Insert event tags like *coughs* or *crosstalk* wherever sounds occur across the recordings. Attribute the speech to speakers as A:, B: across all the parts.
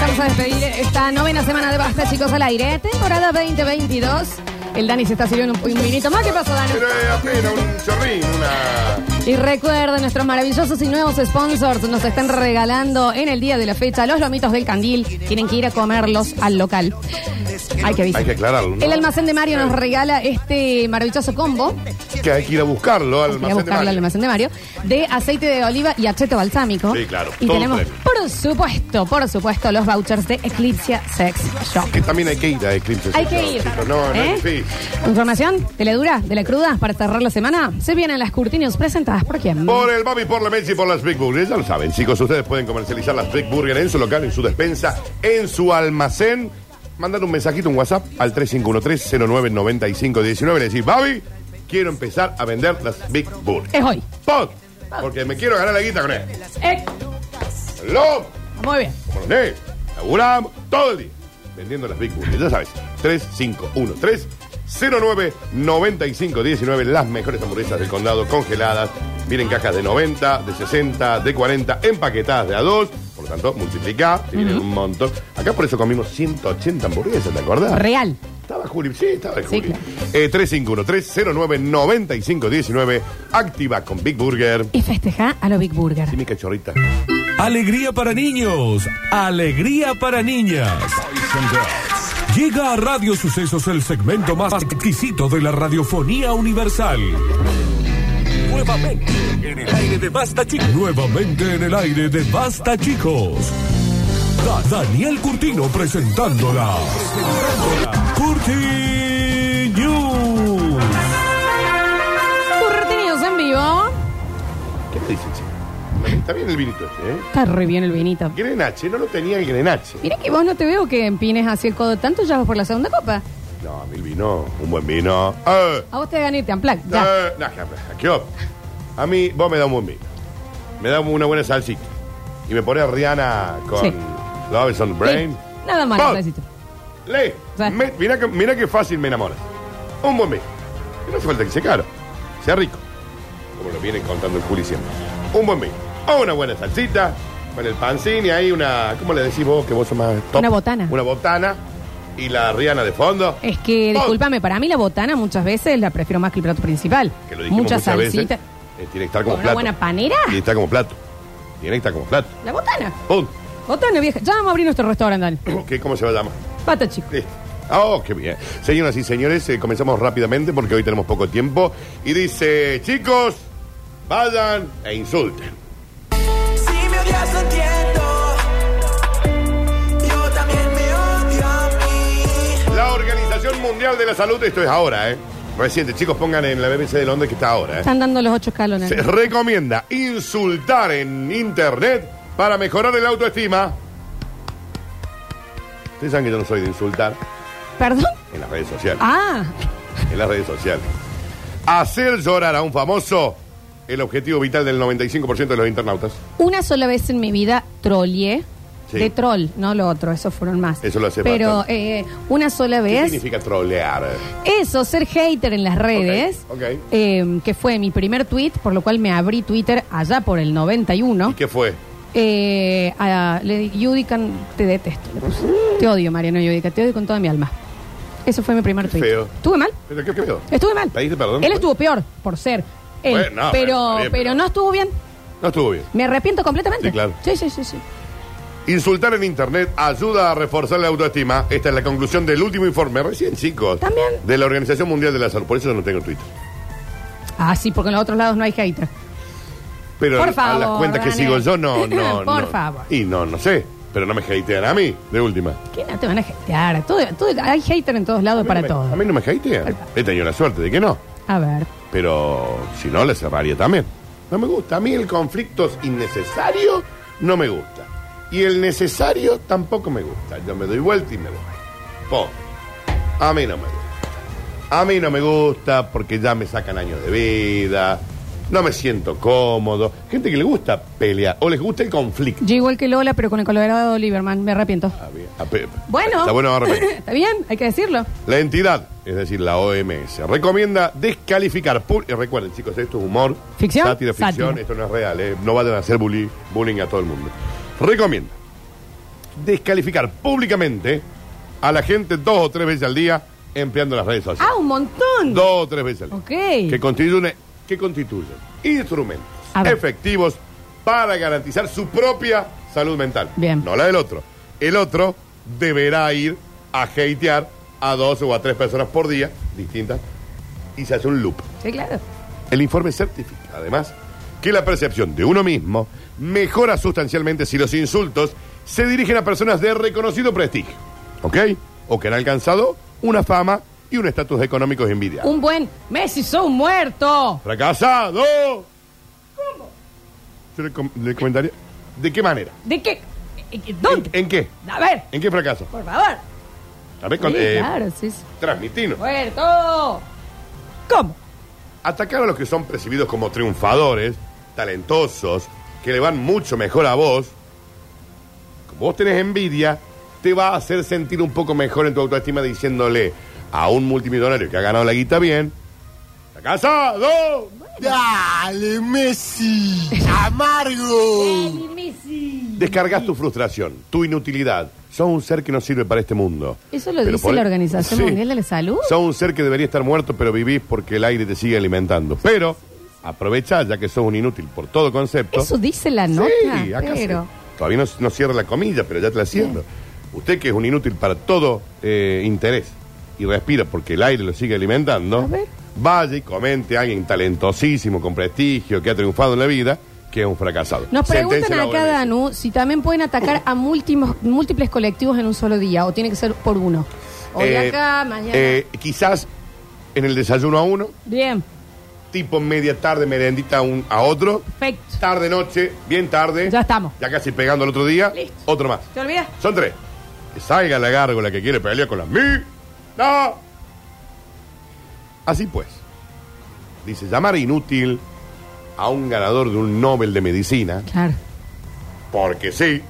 A: Vamos a despedir esta novena semana de Basta, chicos, al aire. Temporada 2022. El Dani se está sirviendo un, un vinito más. ¿Qué pasó, Dani?
B: Pero es apenas un chorrín, una.
A: Y recuerden, nuestros maravillosos y nuevos sponsors nos están regalando en el día de la fecha los lomitos del candil. Tienen que ir a comerlos al local. Hay que avisar.
B: Hay que aclararlo, ¿no?
A: El almacén de Mario nos regala este maravilloso combo.
B: Que hay que ir a buscarlo al
A: Voy a
B: almacén de
A: buscarlo al
B: Mario.
A: almacén de Mario. De aceite de oliva y acheto balsámico.
B: Sí, claro,
A: Y
B: todo
A: tenemos,
B: premium.
A: por supuesto, por supuesto, los vouchers de Eclipse Sex Shop.
B: Que también hay que ir a Eclipse.
A: Hay que
B: Centro,
A: ir.
B: chicos, No, no
A: ¿Eh?
B: es difícil.
A: Información de la dura, de la cruda, para cerrar la semana. Se vienen las curtinios presentadas por quién.
B: Por el Bobby, por la Messi, por las Big Burgers. Ya lo saben, chicos, ustedes pueden comercializar las Big Burger en su local, en su despensa, en su almacén. Mandan un mensajito, un WhatsApp al 3513-099519 y le decís, Bobby, quiero empezar a vender las Big Burger.
A: Es hoy.
B: ¡Pod! Porque me quiero ganar la guita con él.
A: Eh,
B: ¡Lo!
A: muy bien.
B: Como los negros, laburamos todo el día vendiendo las Big Burger. Ya sabes, 3513 099519 las mejores hamburguesas del condado congeladas. Vienen cajas de 90, de 60, de 40, empaquetadas de a 2. Por lo tanto, multiplica, te vienen un montón. Acá por eso comimos 180 hamburguesas, ¿te acordás?
A: Real.
B: Estaba Juli, sí, estaba el
A: Sí,
B: Juli. Eh, 3513-099519, activa con Big Burger.
A: Y festeja a lo Big Burger.
B: Y mi cachorrita.
C: Alegría para niños, alegría para niñas. Llega a Radio Sucesos el segmento más exquisito de la radiofonía universal. Nuevamente en el aire de Basta Chicos. Nuevamente en el aire de Basta Chicos. Da- Daniel Curtino presentándola. Curti News.
A: Curtinios en vivo.
B: ¿Qué te dice, che? Está bien el vinito este, ¿eh?
A: Está re bien el vinito.
B: Grenache, no lo tenía el Grenache.
A: Mira que vos no te veo que empines así el codo tanto, ya vas por la segunda copa.
B: No, a mí el vino, un buen vino. Eh,
A: A vos te dan irte en plan. Ya.
B: eh, no, ¿qué- qué op? A mí, vos me das un buen vino. Me das una buena salsita. Y me pones Rihanna con
A: Sí.
B: Love is on the Brain.
A: Sí, Nada más,
B: Pop.
A: necesito.
B: Le,
A: Sí.
B: me- mirá, que, mirá qué fácil me enamoras. Un buen vino. Y no hace falta que sea caro, sea rico. Como lo vienen contando el Juli siempre. Un buen vino. O una buena salsita, con el pancini, ahí una. ¿Cómo le decís vos que vos sos más top?
A: Una botana.
B: Una botana. Y la Rihanna de fondo.
A: Es que,
B: Pop.
A: discúlpame, para mí la botana muchas veces la prefiero más que el plato principal.
B: que lo dijimos
A: Mucha
B: muchas veces,
A: salsita.
B: eh, tiene que estar como
A: Con una
B: plato.
A: buena panera.
B: Tiene que estar como plato. Tiene que estar como plato.
A: La botana.
B: Punto. *coughs*
A: Botana vieja. Ya vamos a abrir nuestro restaurante, Dani.
B: ¿Qué, ¿Cómo se va a llamar?
A: Basta, chicos.
B: Listo. Ah, Oh, qué bien. Señoras y señores, eh, comenzamos rápidamente porque hoy tenemos poco tiempo. Y dice, chicos, vayan e insulten.
D: Si me odias lo entiendo, yo también me odio a mí.
B: La Organización Mundial de la Salud, esto es ahora, ¿eh? Reciente, chicos, pongan en la BBC de Londres que está ahora, ¿eh?
A: Están dando los ocho escalones.
B: Se recomienda insultar en Internet para mejorar el autoestima. Ustedes saben que yo no soy de insultar
A: ¿Perdón?
B: en las redes sociales.
A: Ah,
B: en las redes sociales. Hacer llorar a un famoso, el objetivo vital del 95% de los internautas.
A: una sola vez en mi vida trolleé.
B: Sí.
A: De troll, no lo otro, esos fueron más.
B: Eso lo hace
A: Pero
B: bastante.
A: eh, una sola
B: ¿Qué
A: vez.
B: significa trolear?
A: Eso, ser hater en las redes,
B: ok.
A: eh, que fue mi primer tweet, por lo cual me abrí Twitter allá por el 91.
B: ¿Y qué fue?
A: Eh, a- le di- Yudican, te detesto. le puse. Te odio, Mariano Yudica, te odio con toda mi alma. Eso fue mi primer
B: Qué
A: tweet.
B: feo.
A: ¿Estuve mal?
B: ¿Pero qué pedo?
A: Estuve mal.
B: ¿Pediste perdón?
A: Él estuvo peor por ser él.
B: Bueno, no,
A: pero,
B: está
A: pero,
B: bien, pero-
A: no estuvo bien.
B: No estuvo bien.
A: Me arrepiento completamente.
B: Sí, claro.
A: Sí, sí, sí, sí.
B: Insultar en Internet ayuda a reforzar la autoestima. Esta es la conclusión del último informe, recién chicos.
A: También.
B: De la Organización Mundial de la Salud. Por eso yo no tengo Twitter.
A: Ah, sí, porque en los otros lados no hay hater.
B: Pero
A: Por
B: a las
A: favor,
B: cuentas que
A: Daniel.
B: sigo yo no,
A: *laughs*
B: no.
A: Por
B: no.
A: favor.
B: Y no, no sé. Pero no me hatean a mí, de última.
A: ¿Qué no te van a hatear? Todo, todo- hay hater en todos lados para
B: A mí no me-
A: todo.
B: A mí no me hatean. He tenido la suerte de que no.
A: A ver.
B: Pero si no, le cerraría también. No me gusta. A mí el conflicto innecesario no me gusta. Y el necesario tampoco me gusta. Yo me doy vuelta y me voy. Po. A mí no me gusta. A mí no me gusta porque ya me sacan años de vida. No me siento cómodo. Gente que le gusta pelear o les gusta el conflicto.
A: Yo igual que Lola, pero con el colorado de Oliverman. Me arrepiento.
B: A ver, a Ah, pe-
A: Bueno.
B: Está bueno ahora.
A: *laughs* Está bien, hay que decirlo.
B: La entidad, es decir, la OMS, recomienda descalificar. pu- Y recuerden, chicos, esto es humor.
A: ¿Ficción?
B: Sátira, ficción.
A: Sátira.
B: Esto no es real, ¿eh? No vayan a hacer bully- bullying a todo el mundo. Recomienda descalificar públicamente a la gente dos o tres veces al día empleando las redes sociales.
A: Ah, un montón.
B: Dos o tres veces al día.
A: Ok.
B: Que constituyen, que constituyen instrumentos
A: A ver.
B: efectivos para garantizar su propia salud mental.
A: Bien.
B: No la del otro. El otro deberá ir a hatear a dos o a tres personas por día distintas y se hace un loop.
A: Sí, claro.
B: El informe certifica, además, que la percepción de uno mismo mejora sustancialmente si los insultos se dirigen a personas de reconocido prestigio, ¿ok? O que han alcanzado una fama y un estatus económico envidiable.
A: Un buen Messi, sos un muerto.
B: ¡Fracasado! ¿Cómo? Yo le, com- le comentaría... ¿De qué manera?
A: ¿De qué? ¿En-
B: ¿En,
A: ¿Dónde?
B: en qué?
A: A ver,
B: ¿En qué fracaso?
A: por favor.
B: A ver, con-
A: Sí,
B: eh,
A: claro, sí, sí.
B: transmitino.
A: ¡Muerto! ¿Cómo?
B: Atacar a los que son percibidos como triunfadores, talentosos, que le van mucho mejor a vos, como vos tenés envidia, te va a hacer sentir un poco mejor en tu autoestima diciéndole a un multimillonario que ha ganado la guita bien, ¡Está casado!
E: Dale, Messi. Amargo.
B: Descargas tu frustración, tu inutilidad. Sos un ser que no sirve para este mundo.
A: Eso lo
B: Pero
A: dice
B: por- e-
A: la Organización
B: Sí.
A: Mundial de la Salud.
B: Sos un ser que debería estar muerto, pero vivís porque el aire te sigue alimentando. Pero aprovechá, ya que sos un inútil por todo concepto.
A: Eso dice la nota.
B: Sí, acá
A: pero...
B: sí. Todavía no, no cierra la comilla, pero ya te la cierro. Usted que es un inútil para todo eh, interés y respira porque el aire lo sigue alimentando,
A: A ver.
B: vaya y comente a alguien talentosísimo, con prestigio, que ha triunfado en la vida, que es un fracasado.
A: Nos preguntan
B: Sentencia la
A: acá,
B: OMS.
A: Danu, si también pueden atacar a múltimos- múltiples colectivos en un solo día o tiene que ser por uno. Hoy
B: Eh,
A: acá, mañana.
B: eh, quizás en el desayuno a uno,
A: Bien,
B: tipo media tarde, merendita a, un- a otro,
A: perfecto.
B: tarde, noche, bien tarde.
A: Ya estamos.
B: Ya casi pegando el otro día,
A: Listo.
B: otro más.
A: ¿Te olvidas?
B: Son tres. Que salga la gárgola que quiere pelear con la mí. ¡No! Así pues, dice llamar inútil a un ganador de un Nobel de Medicina,
A: Claro.
B: porque sí,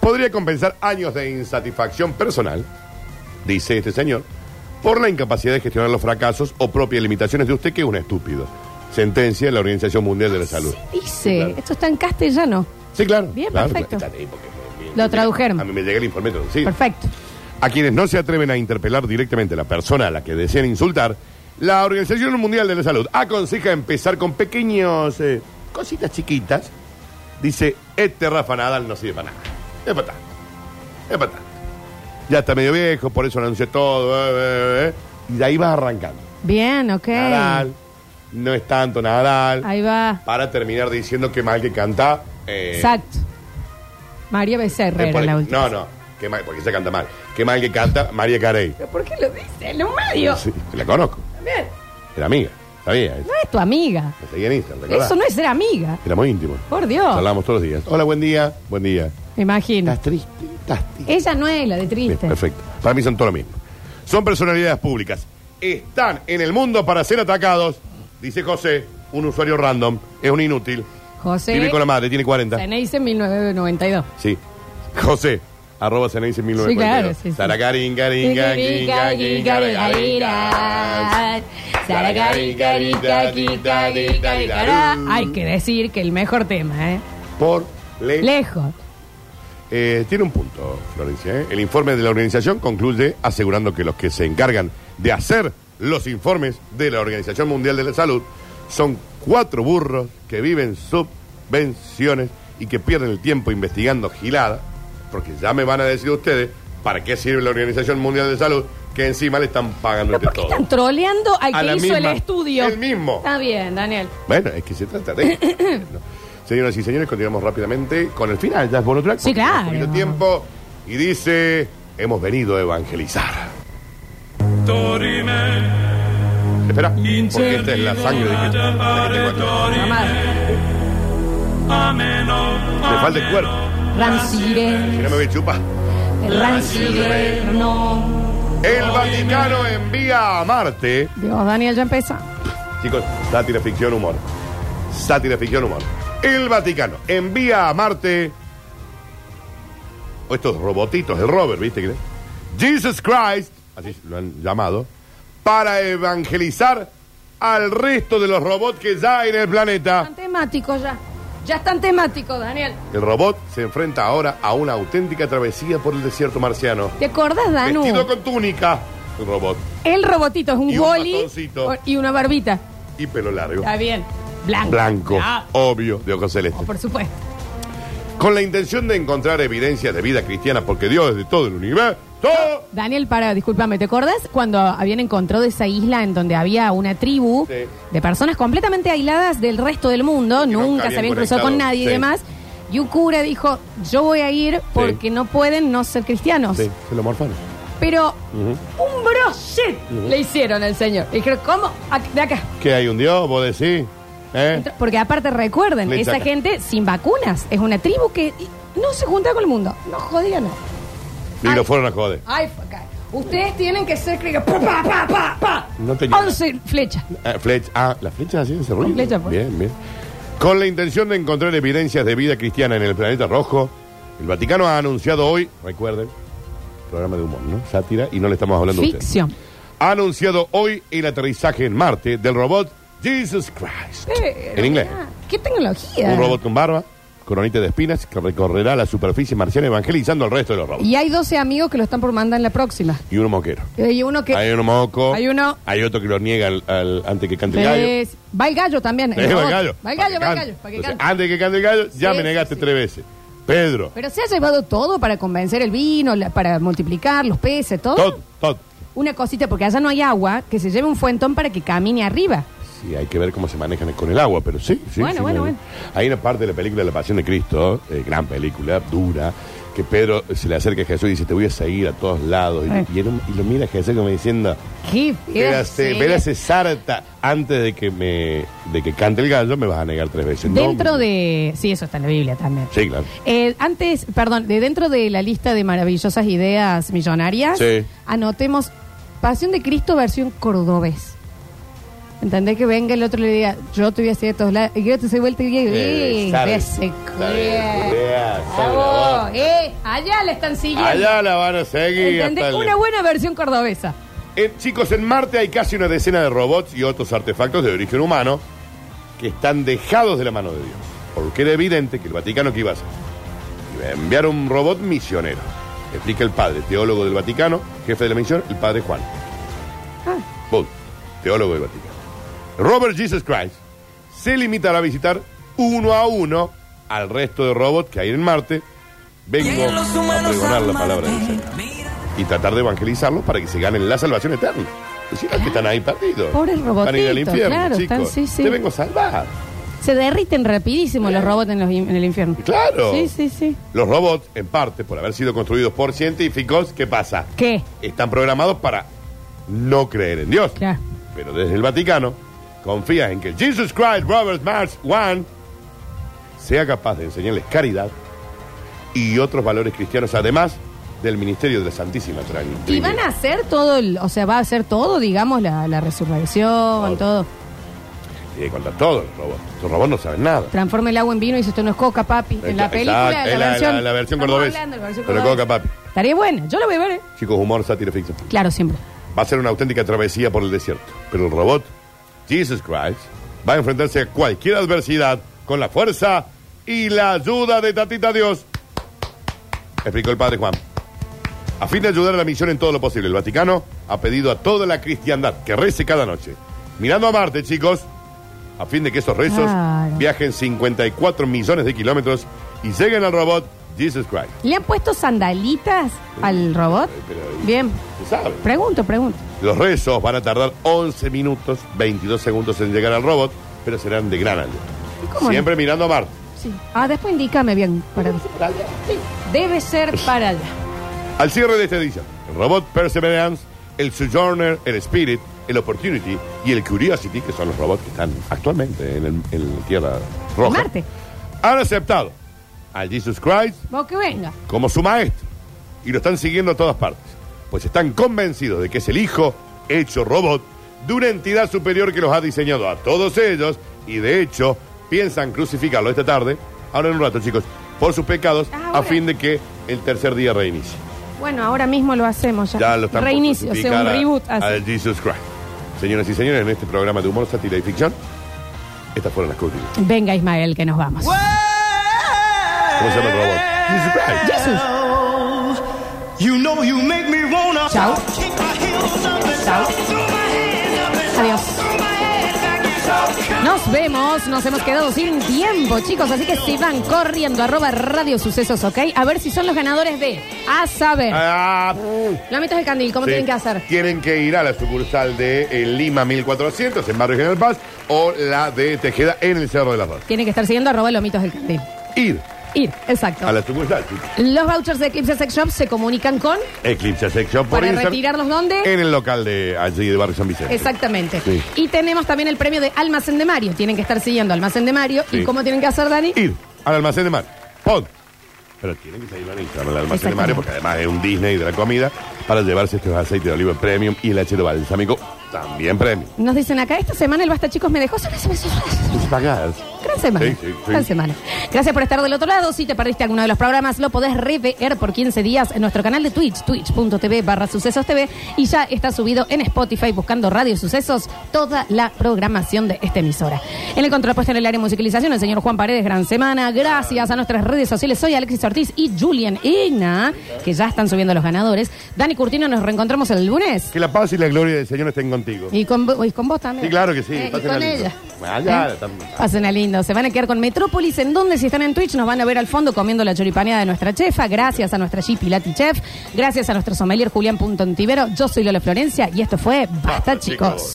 B: podría compensar años de insatisfacción personal, dice este señor, por la incapacidad de gestionar los fracasos o propias limitaciones de usted, que es un estúpido. Sentencia de la Organización Mundial de la Salud.
A: Dice,
B: Claro.
A: esto está en castellano.
B: Sí, claro.
A: Bien,
B: claro,
A: perfecto.
B: está ahí porque me- me-
A: Lo tradujeron.
B: A mí me llega el informe traducido.
A: Perfecto.
B: A quienes no se atreven a interpelar directamente a la persona a la que desean insultar, la Organización Mundial de la Salud aconseja empezar con pequeños eh, cositas chiquitas. Dice, este Rafa Nadal no sirve para nada. Es para tanto. Es para tanto. Ya está medio viejo, por eso anunció todo. eh, eh, eh. Y de ahí vas arrancando.
A: Bien, ok.
B: Nadal, no es tanto Nadal.
A: Ahí va.
B: Para terminar diciendo que mal que canta. eh,
A: Exacto. María Becerra
B: me
A: era
B: pone-
A: la última.
B: no, no. Qué mal, porque se canta mal. Qué mal que canta María Carey.
A: ¿Pero por qué lo dice? En un medio.
B: Sí, la conozco.
A: También.
B: Era amiga, sabía.
A: No es tu amiga.
B: Me seguía en Instagram, ¿recordás?
A: Eso no es Oh. ser amiga.
B: Era muy íntimo.
A: Por Dios.
B: Hablábamos todos los días. Hola, buen día. Buen día.
A: Me imagino.
B: ¿Estás triste? ¿Estás triste?
A: Ella no es la de
B: Bien,
A: triste.
B: perfecto. Para mí son todo lo mismo. Son personalidades públicas. Están en el mundo para ser atacados, dice José, un usuario random. Es un inútil.
A: José.
B: Vive con la madre, tiene 40.
A: Ceneice 1992.
B: Sí. José, arroba Ceneice en
A: Sí, claro, sí, sí.
B: Saragarín, garín, garín, garín, garín, garín, garín.
A: Hay que decir que el mejor tema, ¿eh?
B: Por le-
A: Lejos.
B: Eh, tiene un punto, Florencia. ¿eh? El informe de la organización concluye asegurando que los que se encargan de hacer los informes de la Organización Mundial de la Salud son cuatro burros que viven subvenciones y que pierden el tiempo investigando giladas, porque ya me van a decir ustedes para qué sirve la Organización Mundial de Salud, que encima le están pagando entre
A: ¿Por qué
B: todos.
A: están troleando al
B: A
A: que
B: la
A: hizo el
B: misma.
A: estudio?
B: El mismo.
A: Está bien, Daniel.
B: Bueno, es que se trata de.
A: *coughs*
B: ¿no? Señoras y señores, continuamos rápidamente con el final. Ya es bonus track.
A: Sí,
B: porque
A: claro.
B: tenemos poquito tiempo. Y dice: Hemos venido a evangelizar. Espera, porque esta es la sangre de Jesús. La que te cuento.
A: Mamá,
B: Me falta el cuerpo. Si
A: Ranciré,
B: no me voy a chupar.
A: el ranciré, no.
B: El Vaticano envía a Marte.
A: Dios, Daniel, ya empieza.
B: Chicos, sátira, ficción, humor. Sátira, ficción, humor. El Vaticano envía a Marte. O estos robotitos de Robert, ¿viste? que- Jesus Christ, así lo han llamado, para evangelizar al resto de los robots que ya hay en el planeta.
A: Temático ya. Ya es tan temático, Daniel.
B: El robot se enfrenta ahora a una auténtica travesía por el desierto marciano.
A: ¿Te acordás, Danu?
B: Vestido con túnica, el robot.
A: El robotito es un
B: Y un
A: boli
B: bastoncito.
A: o- y una barbita.
B: Y pelo largo.
A: Está bien. Blanco.
B: Blanco,
A: Ah,
B: obvio, de ojos celestes.
A: por supuesto.
B: Con la intención de encontrar evidencias de vida cristiana, porque Dios es de todo el universo.
A: Daniel, para, discúlpame, ¿te acordás cuando habían encontrado esa isla en donde había una tribu
B: Sí.
A: de personas completamente aisladas del resto del mundo,
B: que nunca
A: nunca se
B: habían
A: habían cruzado con
B: conectado,
A: nadie y
B: sí.
A: demás? Y un cura dijo, yo voy a ir porque no pueden no ser cristianos.
B: Sí, se lo morfaron.
A: Pero un brochet le hicieron al señor. Y dijeron, ¿cómo? Ac- De acá.
B: ¿Qué hay un Dios? ¿Vos decís? ¿Eh?
A: Entro- Porque aparte recuerden,
B: Le
A: esa
B: saca.
A: gente sin vacunas es una tribu que y- no se junta con el mundo. No jodían.
B: Y lo fueron a joder.
A: Ay, f- acá. Ustedes tienen que ser críticos. Pa, pa, pa, pa, pa.
B: No tenía
A: 11 flechas.
B: Ah, flecha. Ah, las flechas hacían ese ruido.
A: Flecha, pues.
B: Bien, bien. Con la intención de encontrar evidencias de vida cristiana en el planeta rojo, el Vaticano ha anunciado hoy, recuerden, programa de humor, ¿no? Sátira, y no le estamos hablando a ustedes.
A: Ficción.
B: Ha anunciado hoy el aterrizaje en Marte del robot Jesus Christ.
A: Pero,
B: en inglés.
A: mirá, ¿Qué tecnología?
B: Un robot con barba, coronita de espinas, que recorrerá la superficie marciana evangelizando al resto de los robots.
A: Y hay 12 amigos que lo están por mandar en la próxima.
B: Y uno moquero.
A: Hay uno que.
B: Hay uno moco.
A: Hay uno-
B: Hay otro que lo niega al- al- antes que cante el gallo. *laughs*
A: Es- va el gallo también. el
B: Eh, *laughs* va
A: robot.
B: el gallo.
A: Va el gallo,
B: Pa'
A: va el
B: que
A: gallo. pa' que
B: Entonces, ah.
A: cante.
B: Antes que cante el gallo, ya
A: Sí, sí,
B: me negaste
A: sí.
B: tres veces. Pedro.
A: Pero se ha llevado todo para convencer el vino, la- para multiplicar los peces, todo.
B: Tot, tot.
A: Una cosita, porque allá no hay agua, que se lleve un fuentón para que camine arriba.
B: Sí, hay que ver cómo se manejan con el agua, pero sí, sí.
A: Bueno,
B: sí,
A: bueno,
B: no.
A: bueno.
B: Hay una parte de la película La Pasión de Cristo, eh, gran película, dura, que Pedro se le acerca a Jesús y dice, te voy a seguir a todos lados.
A: Eh.
B: Y, y él- y lo mira a Jesús como diciendo,
A: ¿Qué?
B: "Vérase- vérase sarta antes de que me de que cante el gallo, me vas a negar tres veces. No,
A: Dentro
B: me-
A: de. Sí, eso está en la Biblia también.
B: Sí, claro.
A: Eh, antes, perdón, de dentro de la lista de maravillosas ideas millonarias,
B: Sí.
A: anotemos Pasión de Cristo versión cordobés. ¿Entendés que venga el otro y le diga, yo te voy a hacer de todos lados, y yo te soy vuelta y diga,
B: Eh,
A: eh,
B: sar-
A: vese
B: sar- culea,
A: culea.
B: sobre
A: Bravo,
B: vos.
A: eh, allá la están siguiendo.
B: Allá la van a seguir.
A: ¿Entendés?
B: hasta el-
A: Una buena versión cordobesa.
B: Eh, chicos, en Marte hay casi una decena de robots y otros artefactos de origen humano que están dejados de la mano de Dios. Porque era evidente que el Vaticano que iba a hacer. Iba a enviar un robot misionero. Explica el padre, teólogo del Vaticano, jefe de la misión, el padre Juan.
A: Ah,
B: Bull, teólogo del Vaticano. Robert Jesus Christ se limitará a visitar uno a uno al resto de robots que hay en Marte. Vengo
D: Lleguen los
B: a
D: humanos a
B: pregonar la palabra del Señor
D: Mira.
B: y tratar de evangelizarlos para que se ganen la salvación eterna. Pues si no, es que están ahí perdidos.
A: Pobres
B: Van a ir al
A: robotitos,
B: infierno,
A: claro,
B: chicos.
A: están- sí, sí.
B: Te vengo a salvar.
A: Se derriten rapidísimo los robots en, los in- en el infierno.
B: Claro.
A: Sí, sí, sí.
B: Los robots, en parte, por haber sido construidos por científicos, ¿qué pasa?
A: ¿Qué?
B: Están programados para no creer en Dios.
A: Claro.
B: Pero desde el Vaticano confías en que Jesus Christ Robert Mars One sea capaz de enseñarles caridad y otros valores cristianos, además del ministerio de la Santísima Tran-
A: Y van a hacer todo, el- o sea, va a hacer todo, digamos, la, la resurrección, todo.
B: Tiene que contar Eh, todo el robot. Los robots no saben nada.
A: Transforma el agua en vino y dice, esto no es coca, papi. En la
B: Exacto,
A: película,
B: es
A: la,
B: la-
A: versión,
B: la- la versión
A: Estamos
B: cordobesa.
A: hablando de la versión
B: Pero
A: cordobesa.
B: coca, papi.
A: Estaría buena, yo la voy a ver, ¿eh?
B: Chicos, humor, sátira, ficción.
A: Claro, siempre.
B: Va a ser una auténtica travesía por el desierto. Pero el robot, Jesus Christ, va a enfrentarse a cualquier adversidad con la fuerza y la ayuda de Tatita Dios. Explicó el padre Juan. A fin de ayudar a la misión en todo lo posible, el Vaticano ha pedido a toda la cristiandad que rece cada noche. Mirando a Marte, chicos, a fin de que esos rezos
A: Claro.
B: viajen 54 millones de kilómetros y lleguen al robot Jesus Christ.
A: ¿Le han puesto sandalitas al robot?
B: pero-
A: Bien.
B: Se sabe.
A: Pregunto, pregunto.
B: Los rezos van a tardar 11 minutos, 22 segundos en llegar al robot, pero serán de gran ayuda.
A: ¿Cómo no?
B: Siempre mirando a Marte.
A: Sí. Ah, después indícame bien. Para... Debe ser para allá.
B: Al cierre de esta edición, el robot Perseverance, el Sojourner, el Spirit, el Opportunity y el Curiosity, que son los robots que están actualmente en, el, en la Tierra Roja,
A: Marte.
B: han aceptado al Jesus Christ
A: Vos que venga.
B: como su maestro y lo están siguiendo a todas partes, pues están convencidos de que es el hijo hecho robot de una entidad superior que los ha diseñado a todos ellos y de hecho piensan crucificarlo esta tarde, ahora en un rato chicos, por sus pecados
A: Ah,
B: a
A: bueno.
B: fin de que el tercer día reinicie.
A: Bueno, ahora mismo lo hacemos ya.
B: Ya lo están por
A: Reinicio, o sea,
B: crucificar
A: un
B: a-
A: reboot. así.
B: al Jesus Christ. Señoras y señores, en este programa de humor, sátira y ficción, estas fueron las cortinas.
A: Venga, Ismael, que nos vamos.
D: ¡Wow!
B: ¿Cómo se llama el robot?
A: Eh,
B: Jesus Christ.
A: Jesús.
F: You know you make me wanna
A: Chao.
F: kick my heels up and
A: Chao.
F: throw my hands up and
A: Adiós.
F: throw my head back and shout.
A: Nos vemos, nos hemos quedado sin tiempo, chicos, así que se van corriendo arroba radio sucesos, ¿ok? A ver si son los ganadores de A saber.
B: Ah,
A: Los mitos del candil, ¿cómo
B: sí.
A: tienen que hacer?
B: Tienen que ir a la sucursal de eh, Lima 1400 en Barrio General Paz o la de Tejeda en el Cerro de las Rosas.
A: Tienen que estar siguiendo arroba los mitos del candil.
B: Ir
A: Ir, exacto.
B: a la sucursal, chicos.
A: Los vouchers de Eclipse Sex Shop se comunican con
B: Eclipse Sex Shop por
A: ¿Para
B: Instagram.
A: retirarlos dónde?
B: En el local de allí de Barrio San Vicente.
A: Exactamente.
B: Sí.
A: Y tenemos también el premio de Almacén de Mario. Tienen que estar siguiendo Almacén de Mario. ¿Y
B: Sí.
A: cómo tienen que hacer, Dani?
B: Ir al almacén de Mario. Pod. Pero tienen que seguirlo en Instagram, el almacén de Mario, porque además es un Disney de la comida, para llevarse estos aceites de oliva premium y el ácido balsámico también premium.
A: Nos dicen acá, esta semana el Basta Chicos me dejó sola, se me hizo sola.
B: Tus pagadas.
A: Gran semana.
B: Sí, sí, sí.
A: Gran semana. Gracias por estar del otro lado. Si te perdiste alguno de los programas, lo podés rever por 15 días en nuestro canal de Twitch, twitch.tv barra sucesos TV. Y ya está subido en Spotify buscando Radio Sucesos toda la programación de esta emisora. En el control puesto en el área de musicalización, el señor Juan Paredes, gran semana. Gracias a nuestras redes sociales. Soy Alexis Ortiz y Julian Igna, que ya están subiendo los ganadores. Dani Curtino, nos reencontramos el lunes.
B: Que la paz y la gloria del Señor estén contigo.
A: Y con, vo- y con vos también.
B: Sí, claro que sí,
A: Eh, y
B: pasen
A: con
B: a lindo.
A: ella.
B: Ah, ya, también.
A: Pasen a ¿Eh? lindo. Se van a quedar con Metrópolis, en donde si están en Twitch nos van a ver al fondo comiendo la choripaneada de nuestra chefa. Gracias a nuestra G Pilati Chef. Gracias a nuestro sommelier Julián Punto Ontivero. Yo soy Lola Florencia y esto fue Basta,
B: Basta,
A: chicos.
B: chicos.